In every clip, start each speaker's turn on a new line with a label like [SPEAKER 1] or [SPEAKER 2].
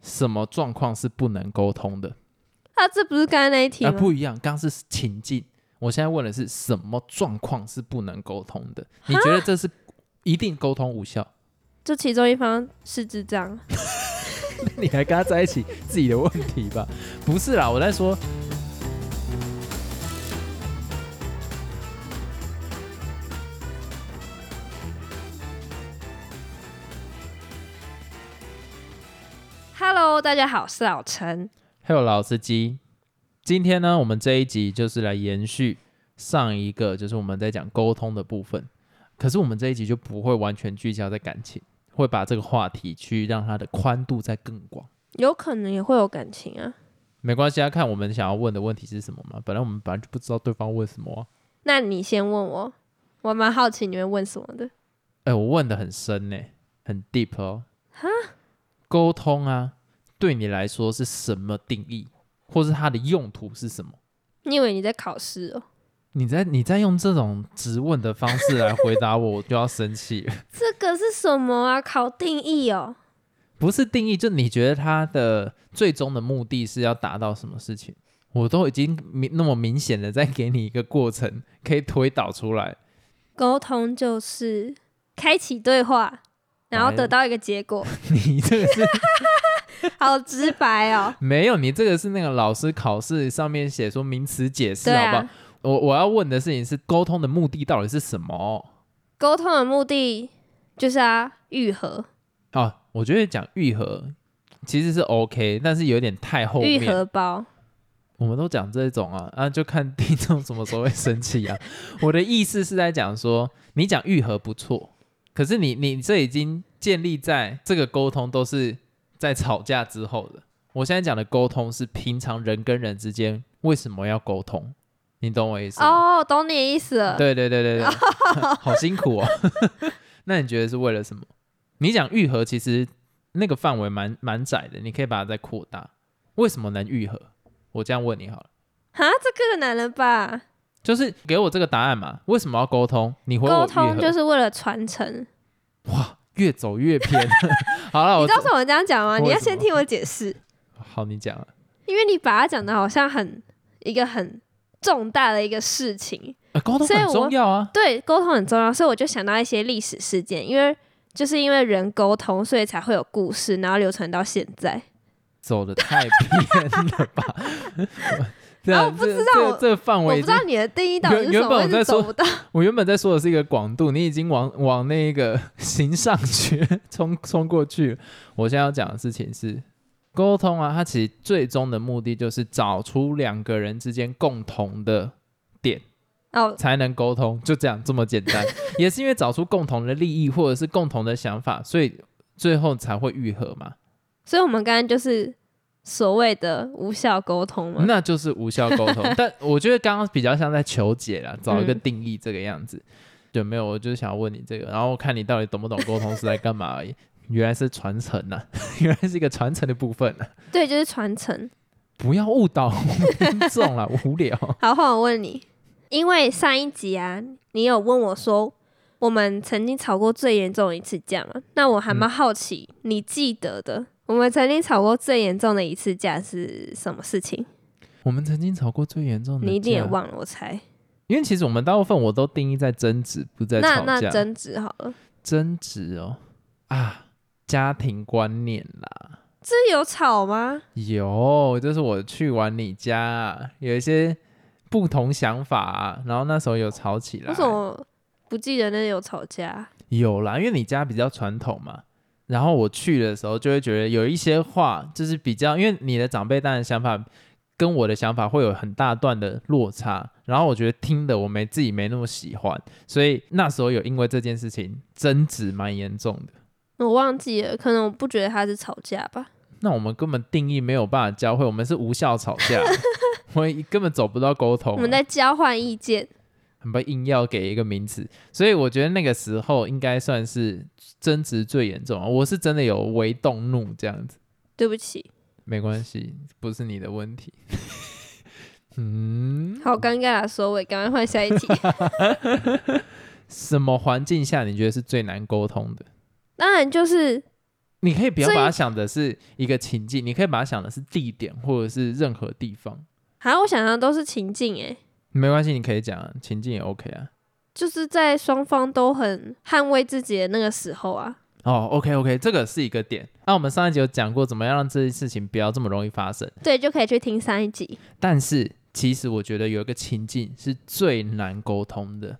[SPEAKER 1] 什么状况是不能沟通的？
[SPEAKER 2] 啊，这不是刚才那一题
[SPEAKER 1] 啊，
[SPEAKER 2] 吗？
[SPEAKER 1] 不一样，刚刚是情境，我现在问的是什么状况是不能沟通的？你觉得这是一定沟通无效？
[SPEAKER 2] 就其中一方是智障，
[SPEAKER 1] 你还跟他在一起，自己的问题吧？ 不是啦，我在说，
[SPEAKER 2] Hello，大家好，是老陈。
[SPEAKER 1] 还有老司机，今天呢，我们这一集就是来延续上一个，就是我们在讲沟通的部分。可是我们这一集就不会完全聚焦在感情，会把这个话题去让它的宽度再更广。
[SPEAKER 2] 有可能也会有感情啊。
[SPEAKER 1] 没关系啊，看我们想要问的问题是什么嘛。本来我们本来就不知道对方问什么、啊。
[SPEAKER 2] 那你先问我，我蛮好奇你会问什么的。
[SPEAKER 1] 哎、我问的很深呢、很 deep 哦。沟通啊，对你来说是什么定义，或是它的用途是什么？
[SPEAKER 2] 你以为你在考试哦？
[SPEAKER 1] 你在你在用这种质问的方式来回答我，我就要生气 了。
[SPEAKER 2] 这个是什么啊？考定义哦？
[SPEAKER 1] 不是定义，就你觉得它的最终的目的是要达到什么事情？我都已经明那么明显的在给你一个过程，可以推导出来。
[SPEAKER 2] 沟通就是开启对话，然后得到一个结果，
[SPEAKER 1] 你这个是。
[SPEAKER 2] 好直白哦
[SPEAKER 1] 没有，你这个是那个老师考试上面写说名词解释，
[SPEAKER 2] 对
[SPEAKER 1] 好不好
[SPEAKER 2] 啊？，
[SPEAKER 1] 我我要问的事情是沟通的目的到底是什么
[SPEAKER 2] 沟通的目的就是啊，愈合，
[SPEAKER 1] 哦，我觉得讲愈合其实是 OK，但是有点太后
[SPEAKER 2] 愈
[SPEAKER 1] 面。
[SPEAKER 2] 合包。
[SPEAKER 1] 我们都讲这种啊，啊，就看听众什么时候会生气啊。 我的意思是在讲说，你讲愈合不错，可是你你这已经建立在这个沟通都是在吵架之后的。我现在讲的沟通是平常人跟人之间为什么要沟通，你懂我意思吗？
[SPEAKER 2] 哦，懂你的意思了。
[SPEAKER 1] 对对对对对， 好辛苦哦。 那你觉得是为了什么？你讲愈合，其实那个范围蛮蛮窄的，你可以把它再扩大。为什么能愈合？我这样问你好了，
[SPEAKER 2] 哈，这个难了吧？
[SPEAKER 1] 就是给我这个答案嘛。为什么要沟通？你回我
[SPEAKER 2] 沟
[SPEAKER 1] 愈合，
[SPEAKER 2] 通就是为了传承。
[SPEAKER 1] 越走越 偏。好了，
[SPEAKER 2] 你
[SPEAKER 1] 我
[SPEAKER 2] 知道为什么我这样讲吗？
[SPEAKER 1] 为什么
[SPEAKER 2] 你要先听我解释，
[SPEAKER 1] 好，你讲了。啊
[SPEAKER 2] 因为你把它讲的好像很一个很重大的一个事情，
[SPEAKER 1] 呃沟通
[SPEAKER 2] 所以
[SPEAKER 1] 很
[SPEAKER 2] 我
[SPEAKER 1] 重要啊，
[SPEAKER 2] 对沟通很重要，所以我就想到一些历史事件，因为就是因为人沟通，所以才会有故事，然后流传到现在。
[SPEAKER 1] 走的太偏了 吧？对
[SPEAKER 2] 啊我不知道
[SPEAKER 1] 这这这个范
[SPEAKER 2] 我
[SPEAKER 1] 围
[SPEAKER 2] 不
[SPEAKER 1] 已
[SPEAKER 2] 知
[SPEAKER 1] 经
[SPEAKER 2] 道你的定义到底是
[SPEAKER 1] 原
[SPEAKER 2] 什
[SPEAKER 1] 原本
[SPEAKER 2] 么，
[SPEAKER 1] 我
[SPEAKER 2] 一
[SPEAKER 1] 在
[SPEAKER 2] 直
[SPEAKER 1] 说
[SPEAKER 2] 走不 到。
[SPEAKER 1] 我原本在说的是一个广度，你已经往往那个形上学冲冲过去。我现在要讲的事情是沟通啊，它其实最终的目的就是找出两个人之间共同的
[SPEAKER 2] 哦，
[SPEAKER 1] 才能沟通，就这样这么简 单。也是因为找出共同的利益或者是共同的想法，所以最后才会愈合嘛，
[SPEAKER 2] 所以我们刚刚就是所谓的无效沟通嘛。
[SPEAKER 1] 那就是无效沟 通。但我觉得刚刚比较像在求解啦，找一个
[SPEAKER 2] 嗯
[SPEAKER 1] 定义这个样子。就没有，我就是想要问你这个，然后看你到底懂不懂沟通是在干嘛而已。原来是传承呐、 原来是一个传承的部分、啊。
[SPEAKER 2] 对，就是传承。
[SPEAKER 1] 不要误导听众 啦，无聊。
[SPEAKER 2] 好，换我问你，因为上一集啊，你有问我说我们曾经吵过最严重的一次架嘛？那我
[SPEAKER 1] 嗯
[SPEAKER 2] 还蛮好奇，你记得的，我们曾经吵过最严重的一次架是什么事情？
[SPEAKER 1] 我们曾经吵过最严重的，
[SPEAKER 2] 你一定也，忘了，我猜。
[SPEAKER 1] 因为其实我们大部分我都定义在争执，不在
[SPEAKER 2] 那
[SPEAKER 1] 吵
[SPEAKER 2] 那
[SPEAKER 1] 架。
[SPEAKER 2] 争执好了，
[SPEAKER 1] 争执哦啊，家庭观念啦，
[SPEAKER 2] 这有吵吗？
[SPEAKER 1] 有，就是我去完你家啊，有一些不同想法啊、然后那时候有吵起来
[SPEAKER 2] 为。什么不记得那有吵架？
[SPEAKER 1] 有啦，因为你家比较传统嘛。然后我去的时候，就会觉得有一些话就是比较，因为你的长辈当然想法跟我的想法会有很大段的落差。然后我觉得听的我没自己没那么喜欢，所以那时候有因为这件事情争执蛮严重的。
[SPEAKER 2] 我忘记了，可能我不觉得他是吵架吧。
[SPEAKER 1] 那我们根本定义没有办法教会，我们是无效吵 架，我们根本走不到沟通啊。
[SPEAKER 2] 我们在交换意见，
[SPEAKER 1] 很不硬要给一个名词，所以我觉得那个时候应该算是争执最严重啊。我是真的有为动怒这样子，
[SPEAKER 2] 对不起，
[SPEAKER 1] 没关系，不是你的问 题。嗯，
[SPEAKER 2] 好尴尬的收尾，赶快换下一 题。
[SPEAKER 1] 什么环境下你觉得是最难沟通的？
[SPEAKER 2] 当然就是
[SPEAKER 1] 你可以不要把它想的是一个情境，你可以把它想的是地点或者是任何地方，
[SPEAKER 2] 好，啊我想象都是情境诶、
[SPEAKER 1] 没关系，你可以讲啊情境也 OK 啊。
[SPEAKER 2] 就是在双方都很捍卫自己的那个时候啊。
[SPEAKER 1] 哦，OK OK，这个是一个点。那我们上一集有讲过，怎么样让这件事情不要这么容易发生。
[SPEAKER 2] 对，就可以去听上一集。
[SPEAKER 1] 但是其实我觉得有一个情境是最难沟通的，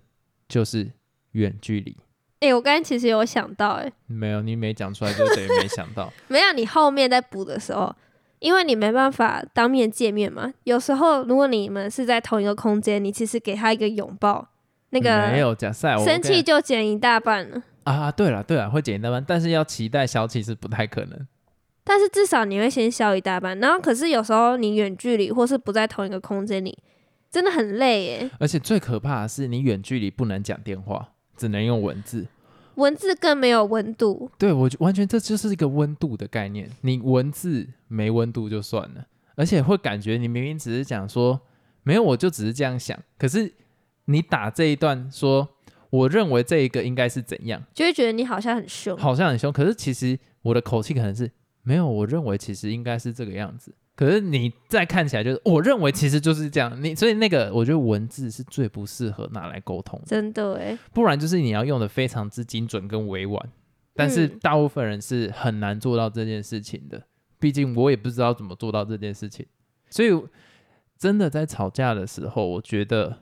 [SPEAKER 1] 就是远距离。
[SPEAKER 2] 诶、欸我刚才其实有想到、诶，
[SPEAKER 1] 没有，你没讲出来就等于没想到。
[SPEAKER 2] 没有你后面在补的时候，因为你没办法当面见面嘛。有时候如果你们是在同一个空间，你其实给他一个拥抱， 那
[SPEAKER 1] 没
[SPEAKER 2] 个
[SPEAKER 1] 有假赛，我
[SPEAKER 2] 生
[SPEAKER 1] 跟
[SPEAKER 2] 气
[SPEAKER 1] 你
[SPEAKER 2] 就减一大半了。
[SPEAKER 1] 啊，对了对了，会简单吗？但是要期待消气是不太可能。
[SPEAKER 2] 但是至少你会先消一大半，然后可是有时候你远距离或是不在同一个空间里，真的很累欸耶。
[SPEAKER 1] 而且最可怕的是，你远距离不能讲电话，只能用文字。
[SPEAKER 2] 文字更没有温度，
[SPEAKER 1] 对我就完全这就是一个温度的概念，你文字没温度就算了，而且会感觉你明明只是讲说没有，我就只是这样想，可是你打这一段说我认为这一个应该是怎样，
[SPEAKER 2] 就会觉得你好像很凶。
[SPEAKER 1] 好像很凶，可是其实我的口气可能是没有，我认为其实应该是这个样子。可是你再看起来就是，我认为其实就是这样。你所以那个，我觉得文字是最不适合拿来沟通的。
[SPEAKER 2] 真的欸诶，
[SPEAKER 1] 不然就是你要用的非常之精准跟委婉，但是
[SPEAKER 2] 嗯
[SPEAKER 1] 大部分人是很难做到这件事情的。毕竟我也不知道怎么做到这件事情，所以真的在吵架的时候，我觉得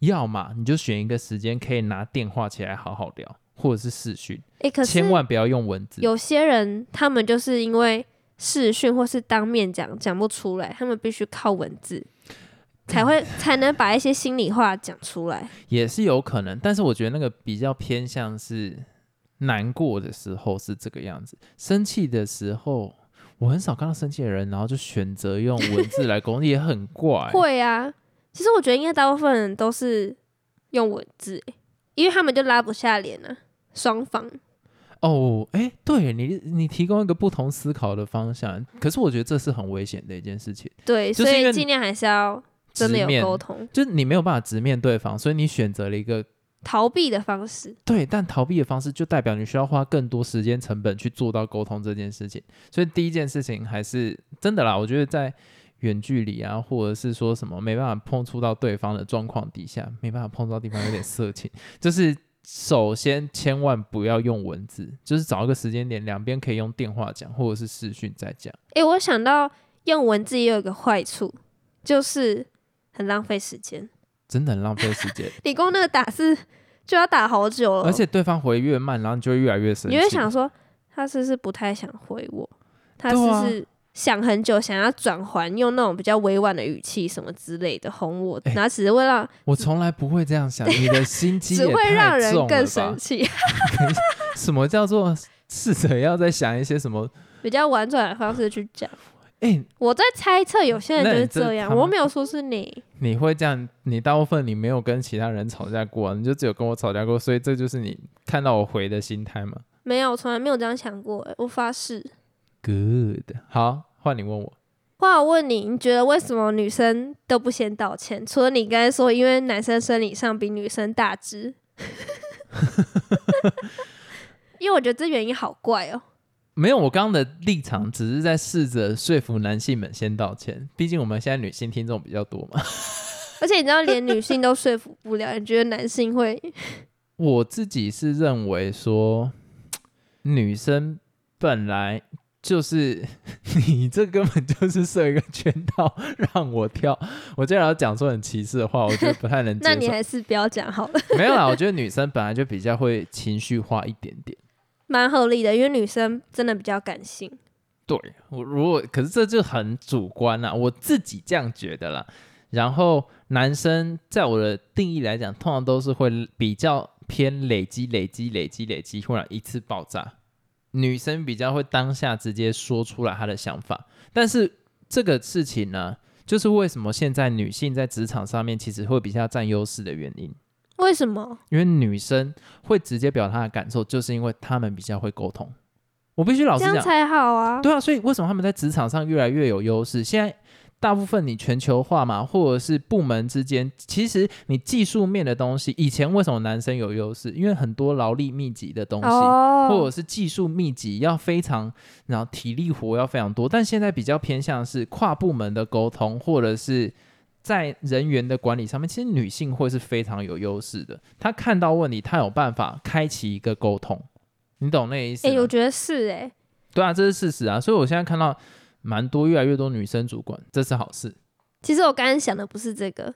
[SPEAKER 1] 要嘛你就选一个时间可以拿电话起来好好聊，或者是视讯，
[SPEAKER 2] 诶，欸可是
[SPEAKER 1] 千万不要用文字。
[SPEAKER 2] 有些人他们就是因为视讯或是当面讲讲不出来，他们必须靠文字
[SPEAKER 1] 嗯
[SPEAKER 2] 才会才能把一些心里话讲出来。
[SPEAKER 1] 也是有可能，但是我觉得那个比较偏向是难过的时候是这个样子，生气的时候，我很少看到生气的人，然后就选择用文字来沟通，也很怪。
[SPEAKER 2] 会啊，其实我觉得应该大部分人都是用文字欸，因为他们就拉不下脸啊，双方。
[SPEAKER 1] 哦，哎，对你，你提供一个不同思考的方向，可是我觉得这是很危险的一件事情，
[SPEAKER 2] 对，
[SPEAKER 1] 就是
[SPEAKER 2] 所
[SPEAKER 1] 因为
[SPEAKER 2] 以尽量还是要真的
[SPEAKER 1] 直面
[SPEAKER 2] 有沟通，
[SPEAKER 1] 就是你没有办法直面对方，所以你选择了一个
[SPEAKER 2] 逃避的方式。
[SPEAKER 1] 对，但逃避的方式就代表你需要花更多时间成本去做到沟通这件事情。所以第一件事情还是真的啦，我觉得在远距离啊，或者是说什么没办法碰触到对方的状况底下，没办法碰到地方有点色情，就是首先千万不要用文字，就是找一个时间点，两边可以用电话讲，或者是视讯再讲。
[SPEAKER 2] 诶，我想到用文字也有一个坏处，就是很浪费时间。
[SPEAKER 1] 真的很浪费时 间，
[SPEAKER 2] 你光那个打字 就要打好久了，
[SPEAKER 1] 而且对方回越慢，然后你就会越来越生气。
[SPEAKER 2] 哦你会想说，他是不是不太想回我？他是
[SPEAKER 1] 对
[SPEAKER 2] 不
[SPEAKER 1] 啊
[SPEAKER 2] 是想很久，想要转还，用那种比较委婉的语气什么之类的哄我，
[SPEAKER 1] 哎
[SPEAKER 2] 然后只是会让，
[SPEAKER 1] 我从来不会这样想，你的心机
[SPEAKER 2] 只
[SPEAKER 1] 也
[SPEAKER 2] 会让
[SPEAKER 1] 太
[SPEAKER 2] 人
[SPEAKER 1] 重了
[SPEAKER 2] 更
[SPEAKER 1] 吧？
[SPEAKER 2] 生气。
[SPEAKER 1] 什么叫做试着要再想一些什么？
[SPEAKER 2] 比较婉转的方式去讲。
[SPEAKER 1] 哎、
[SPEAKER 2] 我在猜测有些人就
[SPEAKER 1] 那
[SPEAKER 2] 是
[SPEAKER 1] 你真
[SPEAKER 2] 这样，
[SPEAKER 1] 他妈
[SPEAKER 2] 我没有说是你。
[SPEAKER 1] 你会这样？你大部分你没有跟其他人吵架过啊、你就只有跟我吵架过，所以这就是你看到我回的心态嘛。
[SPEAKER 2] 没有，从来没有这样想过、欸我发誓。
[SPEAKER 1] Good，好，换你问我。
[SPEAKER 2] 话我问你，你觉得为什么女生都不先道歉？除了你刚才说，因为男生生理上比女生大只， 因为我觉得这原因好怪哦、
[SPEAKER 1] 没有，我刚刚的立场只是在试着说服男性们先道歉，毕竟我们现在女性听众比较多嘛。
[SPEAKER 2] 而且你知道，连女性都说服不了，你觉得男性会？
[SPEAKER 1] 我自己是认为说，女生本来就是 你这根本就是设一个圈套让我跳。我既然要讲说很歧视的话，我觉得不太能
[SPEAKER 2] 那
[SPEAKER 1] 接
[SPEAKER 2] 你
[SPEAKER 1] 受。
[SPEAKER 2] 还是不要讲好了，
[SPEAKER 1] 没有啦，我觉得女生本来就比较会情绪化一点点。
[SPEAKER 2] 蛮合理的，因为女生真的比较感性。
[SPEAKER 1] 对我如果可是这就很主观啦，我自己这样觉得啦。然后男生在我的定义来讲，通常都是会比较偏累积、累积、累积、累积，忽然一次爆炸。女生比较会当下直接说出来她的想法，但是这个事情呢，就是为什么现在女性在职场上面其实会比较占优势的原因，
[SPEAKER 2] 为什么？
[SPEAKER 1] 因为女生会直接表达她的感受，就是因为她们比较会沟通。我必须老
[SPEAKER 2] 这
[SPEAKER 1] 实
[SPEAKER 2] 样
[SPEAKER 1] 讲，
[SPEAKER 2] 才好啊！
[SPEAKER 1] 对啊，所以为什么他们在职场上越来越有优势？现在大部分你全球化嘛，或者是部门之间，其实你技术面的东西，以前为什么男生有优势？因为很多劳力密集的东西，或者
[SPEAKER 2] 哦，
[SPEAKER 1] 是技术密集，要非常，然后体力活要非常多。但现在比较偏向是跨部门的沟通，或者是在人员的管理上面，其实女性会是非常有优势的。她看到问题，她有办法开启一个沟通，你懂那意思
[SPEAKER 2] 哎、
[SPEAKER 1] 吗？
[SPEAKER 2] 我觉得是哎、
[SPEAKER 1] 对啊，这是事实啊。所以我现在看到蛮多，越来越多女生主管，这是好事。
[SPEAKER 2] 其实我刚刚想的不是这个，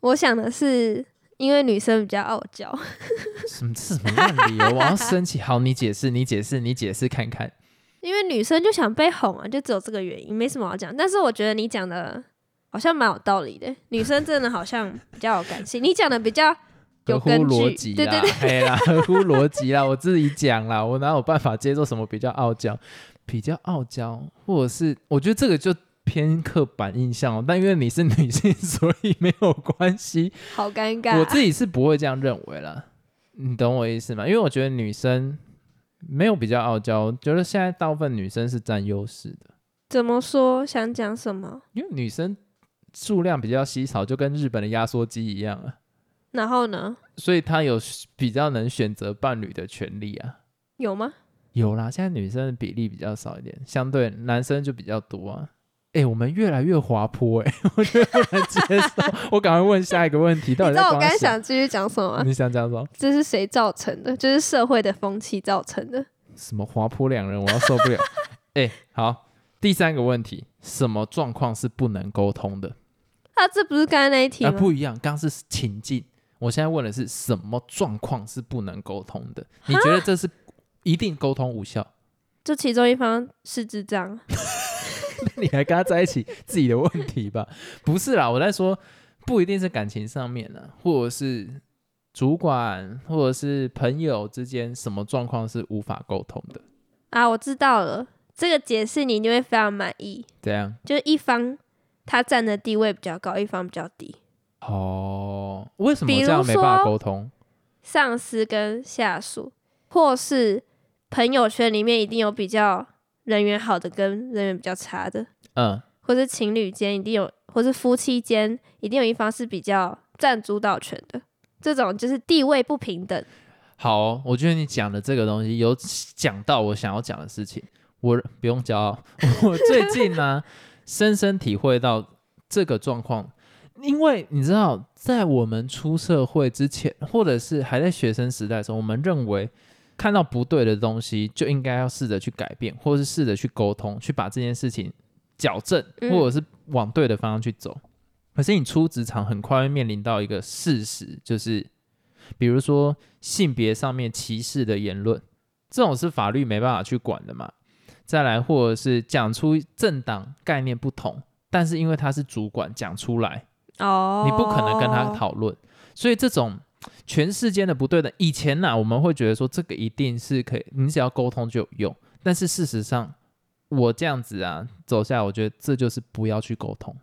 [SPEAKER 2] 我想的是因为女生比较傲娇，
[SPEAKER 1] 什么这 是什么烂理由？我要生气。好，你解释，你解释，你解释看看。
[SPEAKER 2] 因为女生就想被哄啊，就只有这个原因，没什么好讲。但是我觉得你讲的好像蛮有道理的，女生真的好像比较有感性，你讲的比较有
[SPEAKER 1] 合乎
[SPEAKER 2] 根据
[SPEAKER 1] 逻辑
[SPEAKER 2] 对
[SPEAKER 1] 啦
[SPEAKER 2] 对对，
[SPEAKER 1] 嘿啦，合乎逻辑啦，我自己讲啦，我哪有办法接受什么比较傲娇，比较傲娇，或者是我觉得这个就偏刻板印象哦。但因为你是女性， 所以没有关系。
[SPEAKER 2] 好尴尬。
[SPEAKER 1] 我自己是不会这样认为啦，你懂我意思吗？因为我觉得女生没有比较傲娇，我觉得现在大部分女生是占优势的，
[SPEAKER 2] 怎么说？想讲什么？
[SPEAKER 1] 因为女生数量比较稀少，就跟日本的压缩机一样啊，
[SPEAKER 2] 然后呢？
[SPEAKER 1] 所以她有比较能选择伴侣的权利啊。
[SPEAKER 2] 有吗？
[SPEAKER 1] 有啦，现在女生的比例比较少一点，相对男生就比较多啊。哎、我们越来越滑坡哎、 我觉得不能接受。我赶快问下一个问题，
[SPEAKER 2] 你
[SPEAKER 1] 到
[SPEAKER 2] 知
[SPEAKER 1] 底在
[SPEAKER 2] 道我
[SPEAKER 1] 光
[SPEAKER 2] 刚才
[SPEAKER 1] 想
[SPEAKER 2] 想继续讲什么吗？
[SPEAKER 1] 你想讲什么？
[SPEAKER 2] 这是谁造成的？就是社会的风气造成的。
[SPEAKER 1] 什么滑坡两人，我要受 不了。哎、好，第三个问题，什么状况是不能沟通的？
[SPEAKER 2] 啊，这不是刚才那一题
[SPEAKER 1] 啊，
[SPEAKER 2] 吗？
[SPEAKER 1] 不一样，刚刚是情境，我现在问的是什么状况是不能沟通的？你觉得这是一定沟通无效？
[SPEAKER 2] 就其中一方是智障，
[SPEAKER 1] 你还跟他在一起，自己的问题吧？ 不是啦，我在说不一定是感情上面啦，或者是主管或者是朋友之间什么状况是无法沟通的？
[SPEAKER 2] 啊，我知道了，这个解释你一定会非常满意。
[SPEAKER 1] 怎样？
[SPEAKER 2] 就是一方他占的地位比较高，一方比较低，
[SPEAKER 1] 哦，为什么
[SPEAKER 2] 比
[SPEAKER 1] 这
[SPEAKER 2] 如
[SPEAKER 1] 样没办法
[SPEAKER 2] 说
[SPEAKER 1] 沟通？
[SPEAKER 2] 上司跟下属，或是朋友圈里面一定有比较人缘好的跟人缘比较差的，
[SPEAKER 1] 嗯，
[SPEAKER 2] 或是情侣间一定有，或是夫妻间一定有一方是比较占主导权的。这种就是地位不平等，
[SPEAKER 1] 好哦、我觉得你讲的这个东西有讲到我想要讲的事情，我 不用骄傲。我最近呢、深深体会到这个状况，因为你知道，在我们出社会之前，或者是还在学生时代的时候，我们认为看到不对的东西就应该要试着去改变，或是试着去沟通，去把这件事情矫正，
[SPEAKER 2] 嗯
[SPEAKER 1] 或者是往对的方向去走。可是你出职场，很快会面临到一个事实，就是比如说性别上面歧视的言论，这种是法律没办法去管的嘛。再来，或者是讲出政党概念不同，但是因为他是主管讲出来，
[SPEAKER 2] 哦
[SPEAKER 1] 你不可能跟他讨论，所以这种全世间的不对等，以前呐、我们会觉得说这个一定是可以，你只要沟通就有用，但是事实上，我这样子啊走下来，我觉得这就是不要去沟通。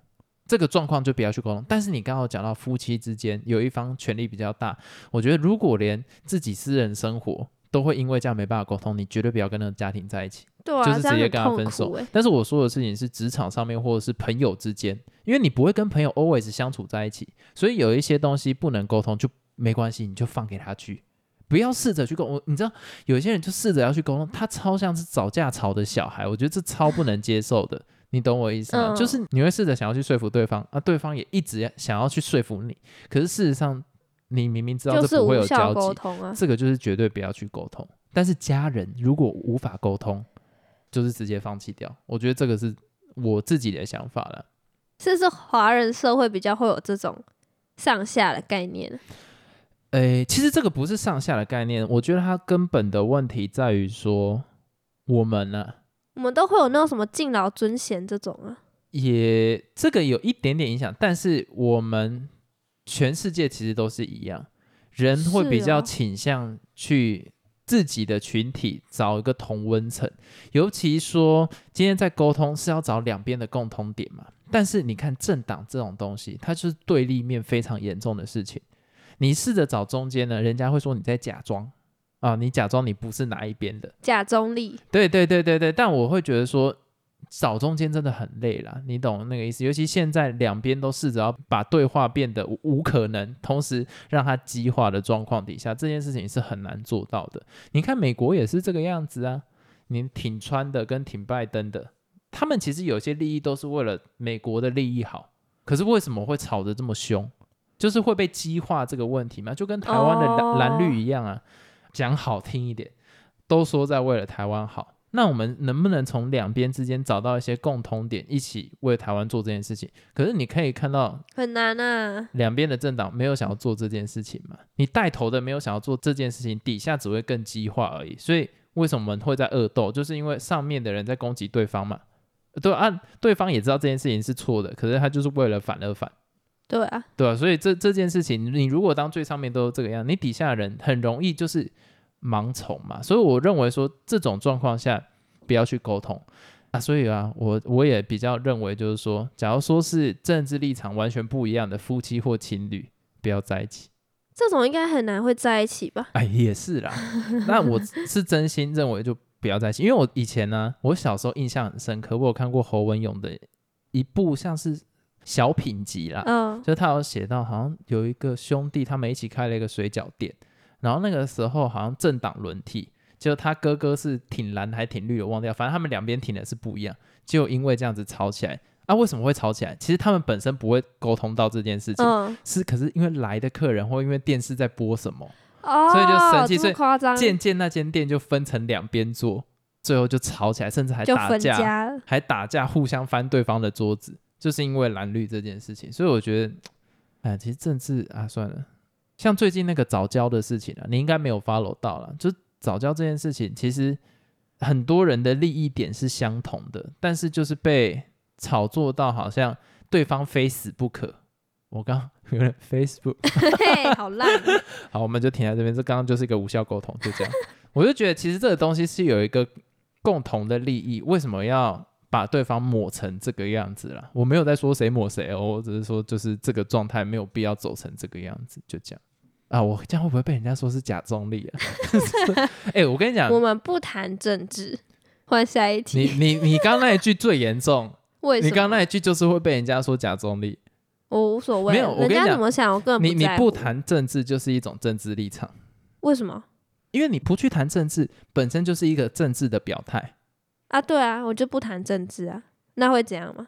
[SPEAKER 1] 这个状况就不要去沟通，但是你刚好讲到夫妻之间有一方权力比较大，我觉得如果连自己私人生活都会因为这样没办法沟通，你绝对不要跟那个家庭在一起。
[SPEAKER 2] 对啊，
[SPEAKER 1] 就是
[SPEAKER 2] 这
[SPEAKER 1] 直接
[SPEAKER 2] 样
[SPEAKER 1] 跟
[SPEAKER 2] 很
[SPEAKER 1] 他
[SPEAKER 2] 痛
[SPEAKER 1] 分
[SPEAKER 2] 苦
[SPEAKER 1] 手
[SPEAKER 2] 欸。
[SPEAKER 1] 但是我说的事情是职场上面或者是朋友之间，因为你不会跟朋友 always 相处在一起，所以有一些东西不能沟通就没关系，你就放给他去，不要试着去沟通。你知道有些人就试着要去沟通，他超像是吵架吵的小孩，我觉得这超不能接受的。 你懂我意思吗？
[SPEAKER 2] 嗯
[SPEAKER 1] 就是你会试着想要去说服对方，啊，对方也一直想要去说服你，可是事实上你明明知道
[SPEAKER 2] 就
[SPEAKER 1] 这
[SPEAKER 2] 是
[SPEAKER 1] 不会
[SPEAKER 2] 无
[SPEAKER 1] 有
[SPEAKER 2] 效
[SPEAKER 1] 交
[SPEAKER 2] 沟
[SPEAKER 1] 集，
[SPEAKER 2] 通啊。
[SPEAKER 1] 这个就是绝对不要去沟通。但是家人如果无法沟通，就是直接放弃掉。我觉得这个是我自己的想法了。
[SPEAKER 2] 这是华人社会比较会有这种上下的概念。啊
[SPEAKER 1] 诶，其实这个不是上下的概念，我觉得它根本的问题在于说，我们啊呢、
[SPEAKER 2] 我们都会有那种什么敬老尊贤这种啊，
[SPEAKER 1] 也这个有一点点影响，但是我们全世界其实都是一样，人会
[SPEAKER 2] 是
[SPEAKER 1] 比较
[SPEAKER 2] 哦
[SPEAKER 1] 倾向去自己的群体找一个同温层，尤其说今天在沟通是要找两边的共同点嘛。但是你看政党这种东西，它就是对立面非常严重的事情。你试着找中间呢，人家会说你在假装啊，你假装你不是哪一边的。
[SPEAKER 2] 假中立。
[SPEAKER 1] 对对对对对，但我会觉得说，找中间真的很累啦，你懂那个意思？尤其现在两边都试着要把对话变得无无可能，同时让它激化的状况底下，这件事情是很难做到的。你看美国也是这个样子啊，你挺川的跟挺拜登的，他们其实有些利益都是为了美国的利益好，可是为什么会吵得这么凶？就是会被激化这个问题嘛，就跟台湾的
[SPEAKER 2] 哦
[SPEAKER 1] 蓝蓝绿一样啊。讲好听一点，都说在为了台湾好，那我们能不能从两边之间找到一些共同点，一起为台湾做这件事情？可是你可以看到
[SPEAKER 2] 很难啊。
[SPEAKER 1] 两边的政党没有想要做这件事情嘛，你带头的没有想要做这件事情，底下只会更激化而已。所以为什么我们会在恶斗，就是因为上面的人在攻击对方嘛。对啊，对方也知道这件事情是错的，可是他就是为了反而反，
[SPEAKER 2] 对啊，
[SPEAKER 1] 对吧、所以这这件事情，你如果当最上面都这个样，你底下的人很容易就是盲从嘛。所以我认为说，这种状况下不要去沟通啊。所以啊，我我也比较认为就是说，假如说是政治立场完全不一样的夫妻或情侣，不要在一起。
[SPEAKER 2] 这种应该很难会在一起吧？
[SPEAKER 1] 哎，也是啦。那我是真心认为就不要在一起，因为我以前呢、我小时候印象很深刻，我有看过侯文勇的一部像是小品集啦，
[SPEAKER 2] 嗯，
[SPEAKER 1] 就他有写到，好像有一个兄弟，他们一起开了一个水饺店，然后那个时候好像政党轮替，就他哥哥是挺蓝还挺绿，我忘掉，反正他们两边挺的是不一样，就因为这样子吵起来。啊，为什么会吵起来？其实他们本身不会沟通到这件事情，
[SPEAKER 2] 嗯，
[SPEAKER 1] 是可是因为来的客人或因为电视在播什么，
[SPEAKER 2] 哦，
[SPEAKER 1] 所以就生气
[SPEAKER 2] 这
[SPEAKER 1] 所
[SPEAKER 2] 么
[SPEAKER 1] 以
[SPEAKER 2] 夸张，
[SPEAKER 1] 渐渐那间店就分成两边坐，最后就吵起来，甚至还
[SPEAKER 2] 就
[SPEAKER 1] 打
[SPEAKER 2] 分
[SPEAKER 1] 架，
[SPEAKER 2] 家 了。
[SPEAKER 1] 还打架，互相翻对方的桌子，就是因为蓝绿这件事情。所以我觉得，哎，其实政治啊，算了。像最近那个早教的事情啊，你应该没有 follow 到了。就早教这件事情，其实很多人的利益点是相同的，但是就是被炒作到好像对方非死不可。我刚有点 Facebook，
[SPEAKER 2] 嘿，好烂哦。
[SPEAKER 1] 好，我们就停在这边。这刚刚就是一个无效沟通，就这样。我就觉得其实这个东西是有一个共同的利益，为什么要把对方抹成这个样子啦？我没有在说谁抹谁哦，我只是说就是这个状态没有必要走成这个样子，就这样。啊，我这样会不会被人家说是假中立啊？ 哎、我跟你讲
[SPEAKER 2] 我，们不谈政治，换下一
[SPEAKER 1] 你
[SPEAKER 2] 题。
[SPEAKER 1] 你你刚那一句最严重，
[SPEAKER 2] 为
[SPEAKER 1] 你
[SPEAKER 2] 什么？
[SPEAKER 1] 刚那一句就是会被人家说假中立。
[SPEAKER 2] 我无所谓，啊
[SPEAKER 1] 没有我跟
[SPEAKER 2] 人
[SPEAKER 1] 你
[SPEAKER 2] 家
[SPEAKER 1] 讲
[SPEAKER 2] 怎么想，我根本
[SPEAKER 1] 你你
[SPEAKER 2] 在乎
[SPEAKER 1] 不谈政治就是一种政治立场。
[SPEAKER 2] 为什么
[SPEAKER 1] 因为你不去谈政治，本身就是一个政治的表态，
[SPEAKER 2] 啊？对啊，我就不谈政治啊，那会怎样吗？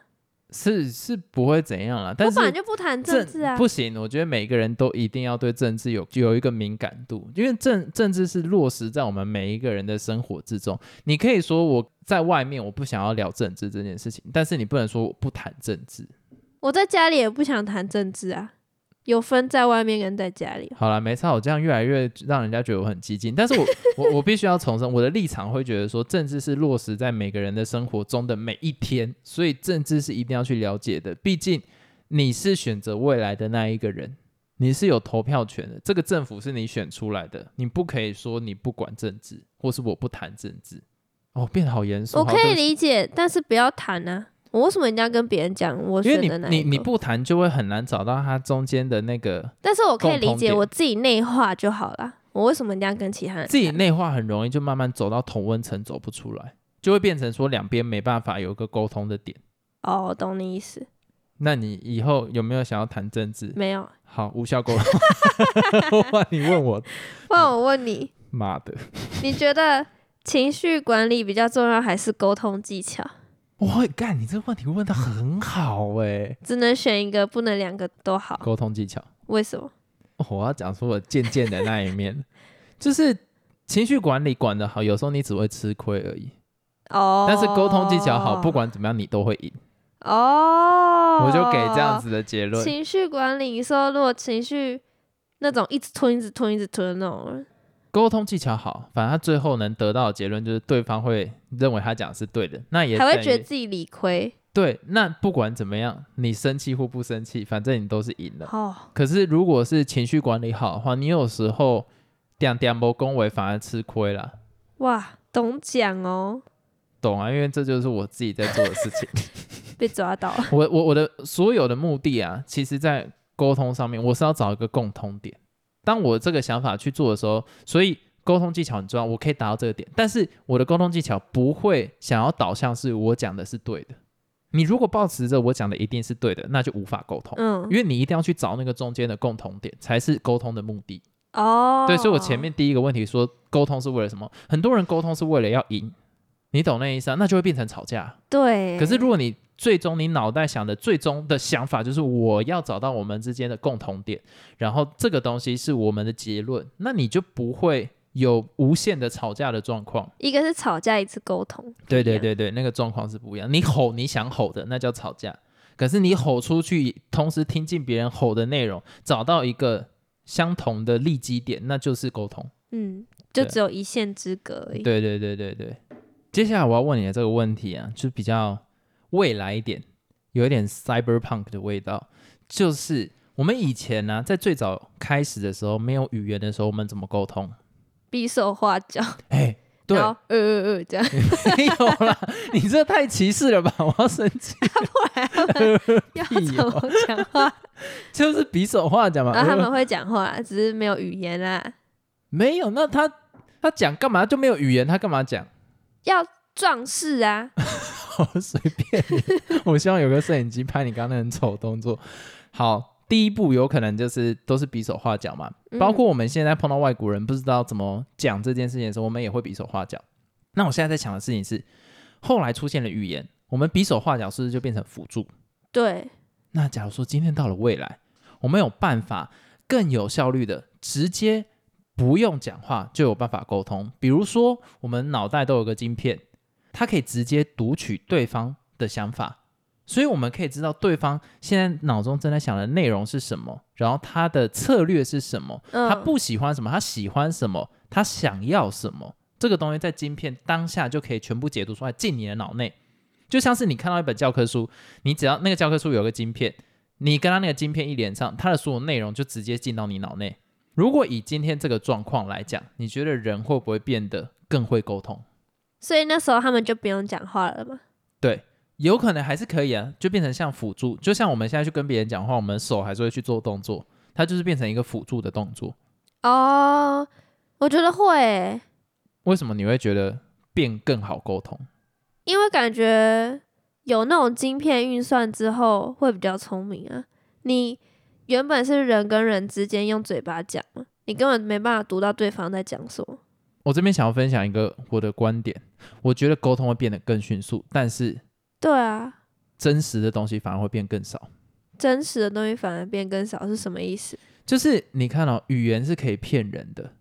[SPEAKER 1] 是是不会怎样啦。但
[SPEAKER 2] 我
[SPEAKER 1] 是
[SPEAKER 2] 本来就不谈政治啊。
[SPEAKER 1] 不行，我觉得每个人都一定要对政治有有一个敏感度，因为政政治是落实在我们每一个人的生活之中。你可以说我在外面我不想要聊政治这件事情，但是你不能说我不谈政治。
[SPEAKER 2] 我在家里也不想谈政治啊，有分在外面跟在家里。
[SPEAKER 1] 好了，没差，我这样越来越让人家觉得我很激进，但是我我我必须要重申，我的立场会觉得说，政治是落实在每个人的生活中的每一天，所以政治是一定要去了解的，毕竟你是选择未来的那一个人，你是有投票权的，这个政府是你选出来的，你不可以说你不管政治，或是我不谈政治。哦，变得好严肃，
[SPEAKER 2] 我
[SPEAKER 1] 好
[SPEAKER 2] 可
[SPEAKER 1] 对
[SPEAKER 2] 以
[SPEAKER 1] 不起
[SPEAKER 2] 理解，但是不要谈啊。我为什么一定要跟别人讲我
[SPEAKER 1] 因为
[SPEAKER 2] 选的
[SPEAKER 1] 你
[SPEAKER 2] 哪
[SPEAKER 1] 你
[SPEAKER 2] 一个？
[SPEAKER 1] 你不谈就会很难找到它中间的那个
[SPEAKER 2] 但是我可以理
[SPEAKER 1] 共同
[SPEAKER 2] 解，
[SPEAKER 1] 点
[SPEAKER 2] 我自己内化就好了。我为什么一定要跟 其他人？
[SPEAKER 1] 自己内化很容易就慢慢走到同温层，走不出来，就会变成说两边没办法有一个沟通的点。
[SPEAKER 2] 哦，我懂你意思，
[SPEAKER 1] 那你以后有没有想要谈政治？
[SPEAKER 2] 没有。
[SPEAKER 1] 好，无效沟通。 哇，你问我，
[SPEAKER 2] 不然我问你，
[SPEAKER 1] 妈的！
[SPEAKER 2] 你觉得情绪管理比较重要，还是沟通技巧？
[SPEAKER 1] 哇，干，你这个问题问的很好哎、
[SPEAKER 2] 只能选一个，不能两个都好。
[SPEAKER 1] 沟通技巧，
[SPEAKER 2] 为什么？
[SPEAKER 1] 哦我要讲出我渐渐的那一面， 就是情绪管理管得好，有时候你只会吃亏而已。
[SPEAKER 2] 哦，
[SPEAKER 1] 但是沟通技巧好，不管怎么样你都会赢。
[SPEAKER 2] 哦，
[SPEAKER 1] 我就给这样子的结论。
[SPEAKER 2] 情绪管理，你说如果情绪那种一直吞、一直吞、一直吞的那种人，
[SPEAKER 1] 沟通技巧好，反正他最后能得到的结论就是对方会认为他讲的是对的，那也
[SPEAKER 2] 还会
[SPEAKER 1] 等于
[SPEAKER 2] 觉得自己理亏
[SPEAKER 1] 对。那不管怎么样，你生气或不生气，反正你都是赢了。
[SPEAKER 2] 哦。
[SPEAKER 1] 可是如果是情绪管理好的话，你有时候点点不恭维反而吃亏了，
[SPEAKER 2] 哇，懂讲哦，
[SPEAKER 1] 懂啊？因为这就是我自己在做的事情。
[SPEAKER 2] 被抓到了。
[SPEAKER 1] 我我我的所有的目的啊，其实在沟通上面，我是要找一个共通点。当我这个想法去做的时候，所以沟通技巧很重要，我可以达到这个点，但是我的沟通技巧不会想要导向是我讲的是对的。你如果保持着我讲的一定是对的，那就无法沟通，
[SPEAKER 2] 嗯
[SPEAKER 1] 因，为你一定要去找那个中间的共同点，才是沟通的目的。
[SPEAKER 2] 哦，
[SPEAKER 1] 对，所以我前面第一个问题说，沟通是为了什么？很多人沟通是为了要赢，你懂那意思啊？那就会变成吵架。
[SPEAKER 2] 对，
[SPEAKER 1] 可是如果你最终你脑袋想的最终的想法就是我要找到我们之间的共同点，然后这个东西是我们的结论，那你就不会有无限的吵架的状况。
[SPEAKER 2] 一个是吵架，一次沟通，
[SPEAKER 1] 对对对对，那个状况是不一样。你吼你想吼的，那叫吵架。可是你吼出去，同时听进别人吼的内容，找到一个相同的利基点，那就是沟通。
[SPEAKER 2] 嗯，就
[SPEAKER 1] 对
[SPEAKER 2] 只有一线之隔而已。
[SPEAKER 1] 对对对对对。接下来我要问你的这个问题啊，就是比较未来一点，有一点 cyberpunk 的味道。就是我们以前呢、在最早开始的时候，没有语言的时候，我们怎么沟通？
[SPEAKER 2] 匕首画脚，
[SPEAKER 1] 哎、对，
[SPEAKER 2] 然后呃呃呃这样，
[SPEAKER 1] 没有 啦，你这太歧视了吧！我要生气，
[SPEAKER 2] 要
[SPEAKER 1] 屁
[SPEAKER 2] 怎
[SPEAKER 1] 哦
[SPEAKER 2] 么讲 话？
[SPEAKER 1] 就是比手画脚嘛。
[SPEAKER 2] 然后他
[SPEAKER 1] 呃
[SPEAKER 2] 们会讲话，只是没有语言啊啦，
[SPEAKER 1] 没有，那他他讲干嘛就没有语言，他干嘛讲？
[SPEAKER 2] 要壮士啊，
[SPEAKER 1] 我 随便你。我希望有个摄影机拍你刚刚那很丑的动作。好，第一步有可能就是都是比手画脚嘛，
[SPEAKER 2] 嗯
[SPEAKER 1] 包括我们现在碰到外国人不知道怎么讲这件事情的时候，我们也会比手画脚。那我现在在想的事情是，后来出现了语言，我们比手画脚是不是就变成辅助？
[SPEAKER 2] 对，
[SPEAKER 1] 那假如说今天到了未来，我们有办法更有效率的直接不用讲话就有办法沟通，比如说我们脑袋都有个晶片，它可以直接读取对方的想法，所以我们可以知道对方现在脑中正在想的内容是什么，然后他的策略是什么，
[SPEAKER 2] 嗯，
[SPEAKER 1] 他不喜欢什么，他喜欢什么，他想要什么，这个东西在晶片当下就可以全部解读出来，进你的脑内。就像是你看到一本教科书，你只要那个教科书有个晶片，你跟他那个晶片一连上，它的所有内容就直接进到你脑内。如果以今天这个状况来讲，你觉得人会不会变得更会沟通？
[SPEAKER 2] 所以那时候他们就不用讲话了嘛。
[SPEAKER 1] 有可能还是可以啊，就变成像辅助，就像我们现在去跟别人讲话，我们手还是会去做动作，它就是变成一个辅助的动作。
[SPEAKER 2] 哦，我觉得会欸，
[SPEAKER 1] 为什么你会觉得变更好沟通？
[SPEAKER 2] 因为感觉有那种晶片运算之后会比较聪明啊。你原本是人跟人之间用嘴巴讲嘛，你根本没办法读到对方在讲什么。
[SPEAKER 1] 我这边想要分享一个我的观点，我觉得沟通会变得更迅速，但是
[SPEAKER 2] 对啊，
[SPEAKER 1] 真实的东西反而会变更少。
[SPEAKER 2] 真实的东西反而变更少，是什么意思？
[SPEAKER 1] 就是你看哦，语言是可以骗人的，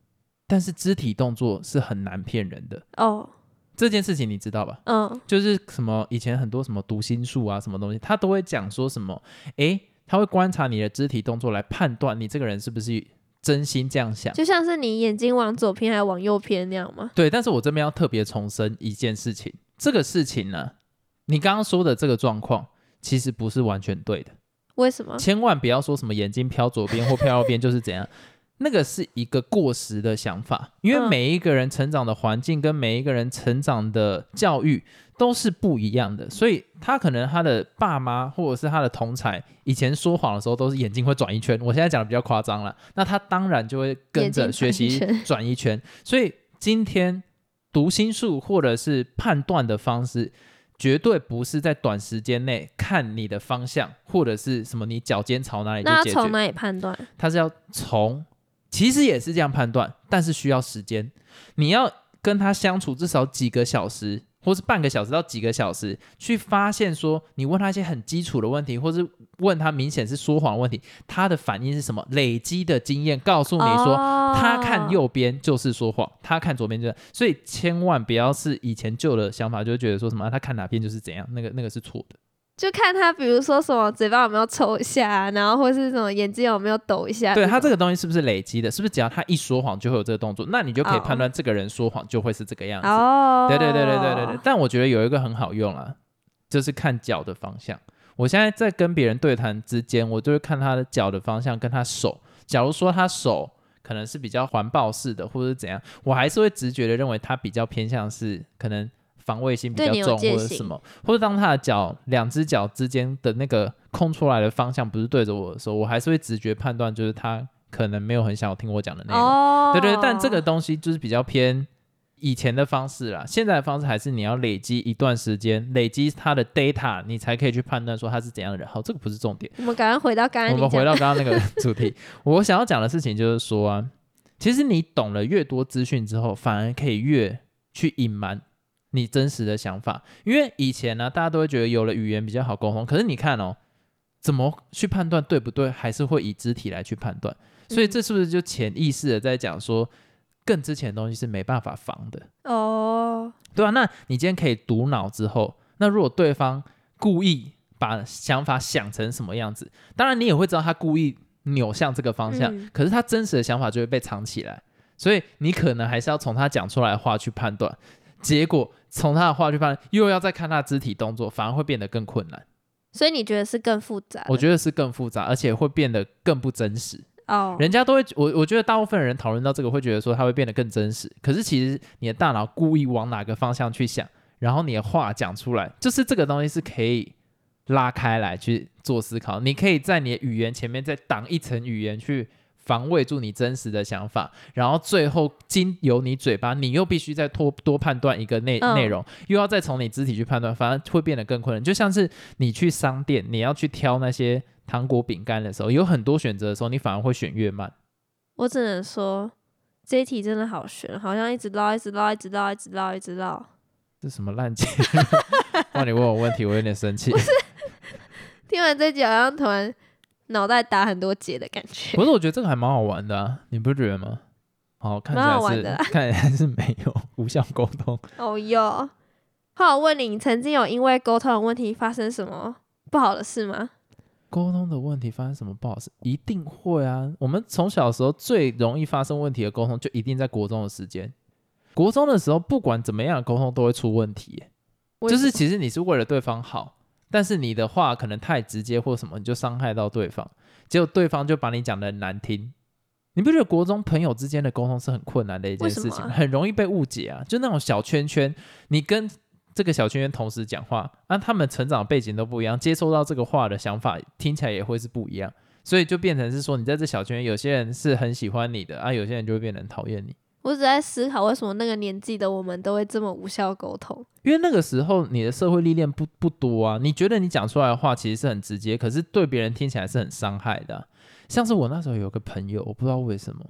[SPEAKER 1] 但是肢体动作是很难骗人的。
[SPEAKER 2] 哦，
[SPEAKER 1] 这件事情你知道吧？
[SPEAKER 2] 嗯，
[SPEAKER 1] 就是什么以前很多什么读心术啊，什么东西，他都会讲说什么，诶，他会观察你的肢体动作来判断你这个人是不是真心这样想。
[SPEAKER 2] 就像是你眼睛往左偏还是往右偏那样嘛。
[SPEAKER 1] 对，但是我这边要特别重申一件事情，这个事情呢，你刚刚说的这个状况其实不是完全对的，
[SPEAKER 2] 为什么？
[SPEAKER 1] 千万不要说什么眼睛飘左边或飘右边就是怎样， 那个是一个过时的想法，因为
[SPEAKER 2] 嗯
[SPEAKER 1] 每一个人成长的环境跟每一个人成长的教育都是不一样的，所以他可能他的爸妈或者是他的同才以前说谎的时候都是眼睛会转一圈，我现在讲的比较夸张了，那他当然就会跟着
[SPEAKER 2] 眼睛转
[SPEAKER 1] 学
[SPEAKER 2] 一
[SPEAKER 1] 习
[SPEAKER 2] 圈
[SPEAKER 1] 转一圈，所以今天读心术或者是判断的方式。绝对不是在短时间内看你的方向或者是什么，你脚尖朝哪里就
[SPEAKER 2] 那要
[SPEAKER 1] 解决。
[SPEAKER 2] 从哪里判断？
[SPEAKER 1] 它是要从，其实也是这样判断，但是需要时间。你要跟他相处至少几个小时，或是半个小时到几个小时，去发现说你问他一些很基础的问题，或是问他明显是说谎的问题，他的反应是什么？累积的经验告诉你说，
[SPEAKER 2] 哦
[SPEAKER 1] 他看右边就是说谎，他看左边就是，所以千万不要是以前旧的想法，就会觉得说什么、啊他看哪边就是怎样，那个那个是错的。
[SPEAKER 2] 就看他，比如说什么嘴巴有没有抽一下啊，然后或是什么眼睛有没有抖一下。
[SPEAKER 1] 对他这个东西是不是累积的？是不是只要他一说谎就会有这个动作？那你就可以
[SPEAKER 2] 哦
[SPEAKER 1] 判断这个人说谎就会是这个样子。
[SPEAKER 2] 哦，
[SPEAKER 1] 对对对对对对对。，但我觉得有一个很好用啦，就是看脚的方向。我现在在跟别人对谈之间，我就会看他的脚的方向跟他手。假如说他手可能是比较环抱式的，或者是怎样，我还是会直觉的认为他比较偏向是可能防卫心比
[SPEAKER 2] 对
[SPEAKER 1] 较
[SPEAKER 2] 你有
[SPEAKER 1] 重，
[SPEAKER 2] 戒
[SPEAKER 1] 或者
[SPEAKER 2] 心
[SPEAKER 1] 什么，或者当他的脚两只脚之间的那个空出来的方向不是对着我的时候，我还是会直觉判断就是他可能没有很想要听我讲的内容。
[SPEAKER 2] 哦，
[SPEAKER 1] 对对，但这个东西就是比较偏以前的方式啦，现在的方式还是你要累积一段时间，累积他的 data，你才可以去判断说他是怎样的人。好，这个不是重点，
[SPEAKER 2] 我们赶快回到刚
[SPEAKER 1] 我
[SPEAKER 2] 刚你
[SPEAKER 1] 们
[SPEAKER 2] 讲
[SPEAKER 1] 回
[SPEAKER 2] 的，
[SPEAKER 1] 到刚刚那个 主题，我想要讲的事情就是说啊，其实你懂了越多资讯之后，反而可以越去隐瞒。你真实的想法，因为以前呢、大家都会觉得有了语言比较好沟通。可是你看哦，怎么去判断对不对，还是会以肢体来去判断。所以
[SPEAKER 2] 嗯
[SPEAKER 1] 这是不是就潜意识的在讲说，更之前的东西是没办法防的，
[SPEAKER 2] 哦，
[SPEAKER 1] 对啊，那你今天可以读脑之后，那如果对方故意把想法想成什么样子，当然你也会知道他故意扭向这个方向，
[SPEAKER 2] 嗯
[SPEAKER 1] 可是他真实的想法就会被藏起来，所以你可能还是要从他讲出来的话去判断，结果从他的话去判断，又要再看他的肢体动作，反而会变得更困难。
[SPEAKER 2] 所以你觉得是更复杂的？
[SPEAKER 1] 我觉得是更复杂，而且会变得更不真实。
[SPEAKER 2] 哦，
[SPEAKER 1] 人家都会，我我觉得大部分人讨论到这个，会觉得说它会变得更真实。可是其实你的大脑故意往哪个方向去想，然后你的话讲出来，就是这个东西是可以拉开来去做思考。你可以在你的语言前面再挡一层语言去防卫住你真实的想法，然后最后经由你嘴巴，你又必须再多多判断一个内、
[SPEAKER 2] 嗯
[SPEAKER 1] 内容，又要再从你肢体去判断，反而会变得更困难。就像是你去商店，你要去挑那些糖果饼干的时候，有很多选择的时候，你反而会选越慢。
[SPEAKER 2] 我只能说这一题真的好悬，好像一直绕，一直绕，一直绕，一直绕，一直绕。
[SPEAKER 1] 这什么烂节 目？让你问我问题，我有点生气。
[SPEAKER 2] 听完这集，好像突然脑袋打很多结的感觉。
[SPEAKER 1] 不是，我觉得这个还蛮好玩的、啊，你不觉得吗？好，看起
[SPEAKER 2] 蛮
[SPEAKER 1] 来
[SPEAKER 2] 好玩
[SPEAKER 1] 是
[SPEAKER 2] 的啦
[SPEAKER 1] 看起来是没有无效沟通。
[SPEAKER 2] 哦哟，后来我问你，你曾经有因为沟通的问题发生什么不好的事吗？
[SPEAKER 1] 沟通的问题发生什么不好事，一定会啊。我们从小时候最容易发生问题的沟通，就一定在国中的时间。国中的时候，不管怎么样的沟通都会出问题耶、
[SPEAKER 2] 我
[SPEAKER 1] 就是其实你是为了对方好，但是你的话可能太直接或什么，你就伤害到对方，结果对方就把你讲的难听。你不觉得国中朋友之间的沟通是很困难的一件事
[SPEAKER 2] 为什
[SPEAKER 1] 情，
[SPEAKER 2] 么啊
[SPEAKER 1] 很容易被误解啊？就那种小圈圈，你跟这个小圈圈同时讲话，那、他们成长背景都不一样，接收到这个话的想法听起来也会是不一样，所以就变成是说，你在这小圈圈，有些人是很喜欢你的啊，有些人就会变得很讨厌你。
[SPEAKER 2] 我只在思考，为什么那个年纪的我们都会这么无效沟通？
[SPEAKER 1] 因为那个时候你的社会历练不不多啊，你觉得你讲出来的话其实是很直接，可是对别人听起来是很伤害的啊、像是我那时候有个朋友，我不知道为什么，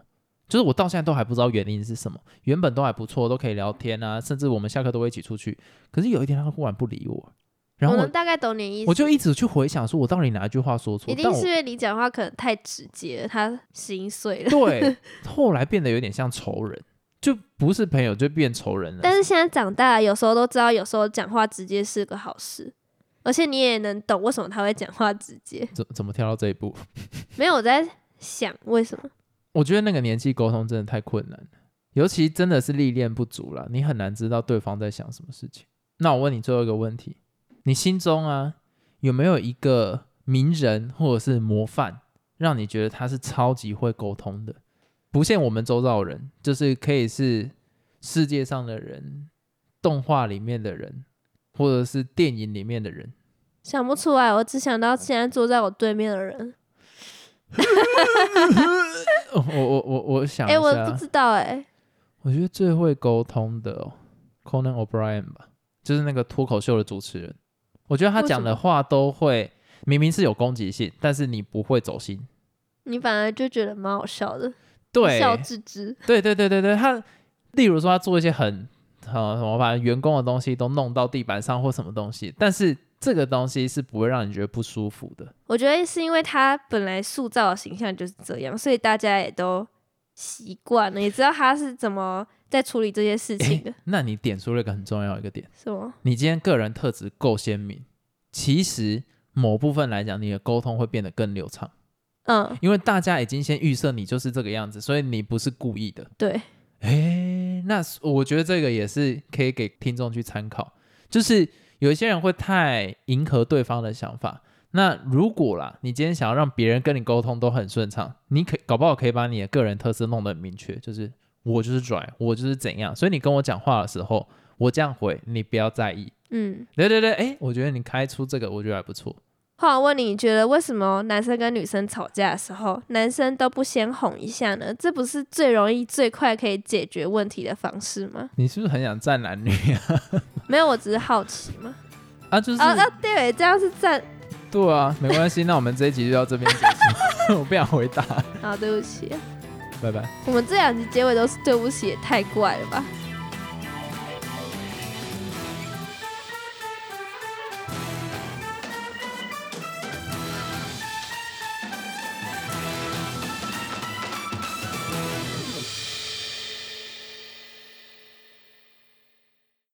[SPEAKER 1] 就是我到现在都还不知道原因是什么。原本都还不错，都可以聊天啊，甚至我们下课都会一起出去。可是有一天他忽然不理我，然后
[SPEAKER 2] 我
[SPEAKER 1] 我
[SPEAKER 2] 能大概懂你的意思，
[SPEAKER 1] 我就一直去回想，说我到底哪一句话说错？
[SPEAKER 2] 一定
[SPEAKER 1] 但我
[SPEAKER 2] 是因为你讲话可能太直接了，他心碎了。
[SPEAKER 1] 对，后来变得有点像仇人，就不是朋友就变仇人了。
[SPEAKER 2] 但是现在长大了，有时候都知道，有时候讲话直接是个好事，而且你也能懂为什么他会讲话直接。
[SPEAKER 1] 怎怎么跳到这一步？
[SPEAKER 2] 没有我在想为什么，
[SPEAKER 1] 我觉得那个年纪沟通真的太困难了，尤其真的是历练不足了，你很难知道对方在想什么事情。那我问你最后一个问题，你心中啊有没有一个名人或者是模范，让你觉得他是超级会沟通的？不限我们周遭人，就是可以是世界上的人、动画里面的人，或者是电影里面的人。
[SPEAKER 2] 想不出来，我只想到现在坐在我对面的人。
[SPEAKER 1] 哦我我我我想
[SPEAKER 2] 哎、
[SPEAKER 1] 一下，
[SPEAKER 2] 我不知道哎、
[SPEAKER 1] 我觉得最会沟通的、哦、Conan O'Brien 吧，就是那个脱口秀的主持人。我觉得他讲的话都会，明明是有攻击性，但是你不会走心。
[SPEAKER 2] 你反而就觉得蛮好笑的，
[SPEAKER 1] 对，
[SPEAKER 2] 笑置之。
[SPEAKER 1] 对对对对对，他例如说他做一些很呃什么把员工的东西都弄到地板上或什么东西，但是这个东西是不会让你觉得不舒服的。
[SPEAKER 2] 我觉得是因为他本来塑造的形象就是这样，所以大家也都习惯了，也知道他是怎么在处理这些事 情的。
[SPEAKER 1] 那你点出了一个很重要的一个点，
[SPEAKER 2] 什么？
[SPEAKER 1] 你今天个人特质够鲜明，其实某部分来讲，你的沟通会变得更流畅。
[SPEAKER 2] 嗯，
[SPEAKER 1] 因为大家已经先预设你就是这个样子，所以你不是故意的。
[SPEAKER 2] 对，
[SPEAKER 1] 诶，那是我觉得这个也是可以给听众去参考，就是有一些人会太迎合对方的想法。那如果啦，你今天想要让别人跟你沟通都很顺畅，你可搞不好可以把你的个人特色弄得很明确，就是我就是拽，我就是怎样。所以你跟我讲话的时候，我这样回你不要在意。
[SPEAKER 2] 嗯。
[SPEAKER 1] 对对对，诶，我觉得你开出这个，我觉得还不错。
[SPEAKER 2] 后来问你，你觉得为什么男生跟女生吵架的时候，男生都不先哄一下呢？这不是最容易、最快可以解决问题的方式吗？
[SPEAKER 1] 你是不是很想站男女啊？
[SPEAKER 2] 没有，我只是好奇嘛。
[SPEAKER 1] 啊，就是、
[SPEAKER 2] 啊啊，对，这样是站
[SPEAKER 1] 对啊，没关系，那我们这一集就到这边结束。 我不想回答，
[SPEAKER 2] 啊，对不起，
[SPEAKER 1] 拜拜。
[SPEAKER 2] 我们这两集结尾都是对不起，也太怪了吧。